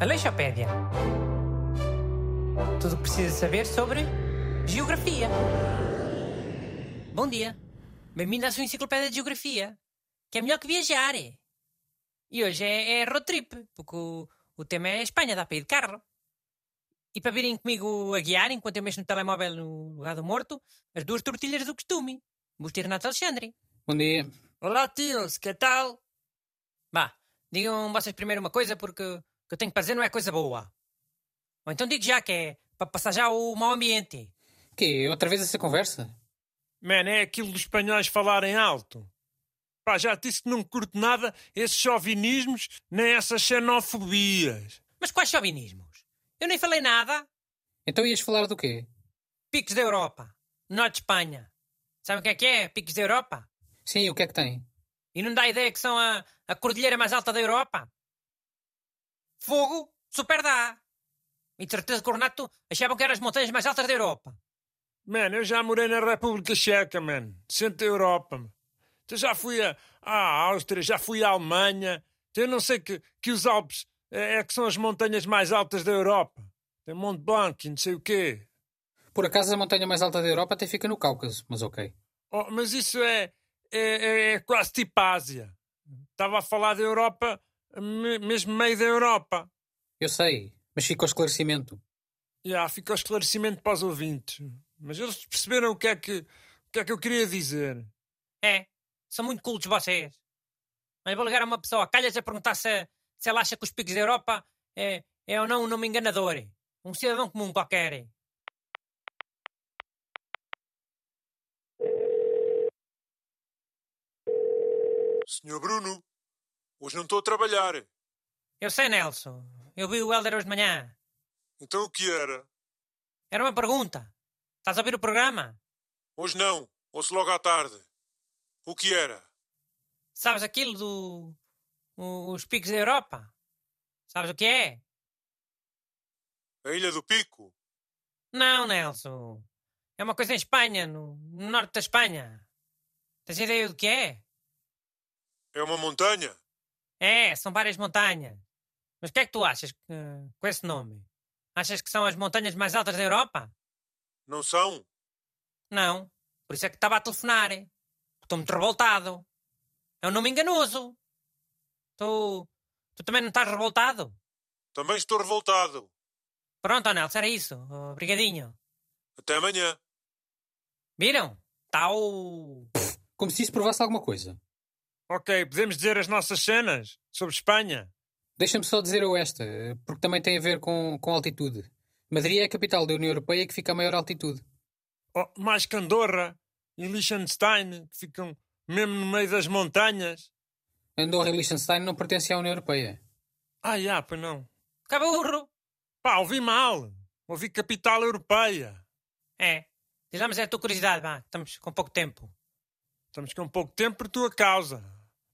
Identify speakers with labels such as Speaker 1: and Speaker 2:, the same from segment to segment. Speaker 1: Aleixopédia. Tudo o que precisa saber sobre geografia. Bom dia. Bem-vindo à sua enciclopédia de geografia. Que é melhor que viajar. é. E hoje é, é road trip, porque o, o tema é Espanha, dá para ir de carro. E para virem comigo a guiar, enquanto eu mexo no telemóvel no lugar do morto, as duas tortilhas do costume. Busto e Renato Alexandre.
Speaker 2: Bom Um dia.
Speaker 1: Olá, tios, que tal? Vá, digam vocês primeiro uma coisa, porque o que eu tenho que fazer não é coisa boa. Ou então digo já que é para passar já o mau ambiente.
Speaker 2: Que outra vez essa conversa?
Speaker 3: Man, é aquilo dos espanhóis falarem alto. Pá, já te disse que não curto nada esses chauvinismos nem essas xenofobias.
Speaker 1: Mas quais chauvinismos? Eu nem falei nada.
Speaker 2: Então ias falar do quê?
Speaker 1: Picos da Europa, Norte de Espanha. Sabe o que é que é? Picos da Europa?
Speaker 2: Sim, o que é que tem?
Speaker 1: E não dá ideia que são a, a cordilheira mais alta da Europa? Fogo, super dá. E de certeza que o Renato achavam que eram as montanhas mais altas da Europa.
Speaker 3: Man, eu já morei na República Checa, man. Centro da Europa. man. Então já fui a- à Áustria, já fui à Alemanha. Então eu não sei que, que os Alpes é, é que são as montanhas mais altas da Europa. Tem Monte Blanc e não sei o quê.
Speaker 2: Por acaso a montanha mais alta da Europa até fica no Cáucaso, mas ok.
Speaker 3: Oh, mas isso é, é, é- é quase tipo Ásia. Estava a falar da Europa, me- mesmo meio da Europa.
Speaker 2: Eu sei, mas fica o esclarecimento.
Speaker 3: Já, fica o esclarecimento para os ouvintes. Mas eles perceberam o que é que, o que, é que eu queria dizer.
Speaker 1: É, são muito cultos vocês. Mas vou ligar a uma pessoa, calhas a perguntar se, se ela acha que os picos da Europa é, é ou não um nome enganador. Um cidadão comum qualquer.
Speaker 4: Senhor Bruno, hoje não estou a trabalhar.
Speaker 1: Eu sei, Nelson. Eu vi o Helder hoje de manhã.
Speaker 4: Então o que era?
Speaker 1: Era uma pergunta. Estás a ouvir o programa?
Speaker 4: Hoje não, ouço logo à tarde. O que era?
Speaker 1: Sabes aquilo do. o- os picos da Europa? Sabes o que é?
Speaker 4: A Ilha do Pico?
Speaker 1: Não, Nelson. É uma coisa em Espanha, no, no norte da Espanha. Tens ideia do que é?
Speaker 4: É uma montanha?
Speaker 1: É, são várias montanhas. Mas o que é que tu achas que- com esse nome? Achas que são as montanhas mais altas da Europa?
Speaker 4: Não são?
Speaker 1: Não. Por isso é que estava a telefonar. hein? Estou muito revoltado. É um nome enganoso. Tu. Tu também não estás revoltado?
Speaker 4: Também estou revoltado.
Speaker 1: Pronto, Nelson, era isso. Obrigadinho.
Speaker 4: Até amanhã.
Speaker 1: Viram? Está o.
Speaker 2: Como se isso provasse alguma coisa.
Speaker 3: Ok, podemos dizer as nossas cenas sobre Espanha?
Speaker 2: Deixa-me só dizer eu esta, porque também tem a ver com, com altitude. Madrid é a capital da União Europeia que fica a maior altitude.
Speaker 3: Oh, mais que Andorra e Liechtenstein, que ficam mesmo no meio das montanhas.
Speaker 2: Andorra e Liechtenstein não pertencem à União Europeia.
Speaker 3: Ah, já, pois não.
Speaker 1: Caburro!
Speaker 3: Pá, ouvi mal. Ouvi capital europeia.
Speaker 1: É. Diz lá, mas é a tua curiosidade, vá. Estamos com pouco tempo.
Speaker 3: Estamos com pouco tempo por tua causa.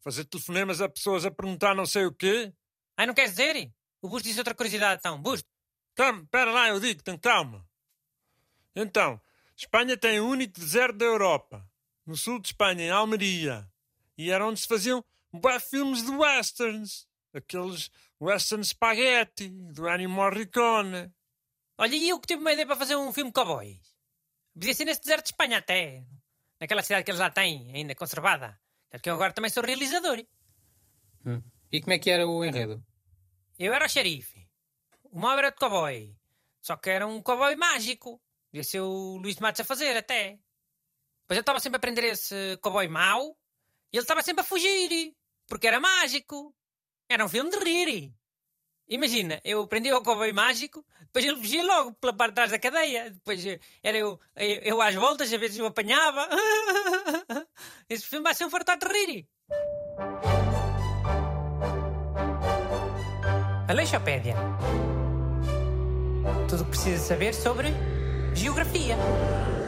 Speaker 3: Fazer telefonemas a pessoas a perguntar não sei o quê.
Speaker 1: Ai, não queres dizer? O Busto disse outra curiosidade, então. Busto.
Speaker 3: Calma, pera lá, eu digo, tem calma. Então, Espanha tem o único deserto da Europa. No sul de Espanha, em Almeria. E era onde se faziam bué filmes de westerns. Aqueles western spaghetti, do Ennio Morricone.
Speaker 1: Olha, e eu que tive uma ideia para fazer um filme de cowboys. Podia ser nesse deserto de Espanha até. Naquela cidade que eles lá têm, ainda conservada. Porque eu agora também sou realizador.
Speaker 2: Hum. E como é que era o enredo?
Speaker 1: Eu era o xerife. O mau era de cowboy. Só que era um cowboy mágico. Podia ser o Luís de Matos a fazer, até. Pois eu estava sempre a prender esse cowboy mau. E ele estava sempre a fugir. Porque era mágico. Era um filme de rir. Imagina, eu prendia o cowboy mágico, depois ele fugia logo pela parte de trás da cadeia. Depois eh, era eu, eu, eu às voltas, às vezes eu apanhava. Esse filme vai ser um fartar de rir. Aleixopédia. Tudo o que precisa saber sobre geografia.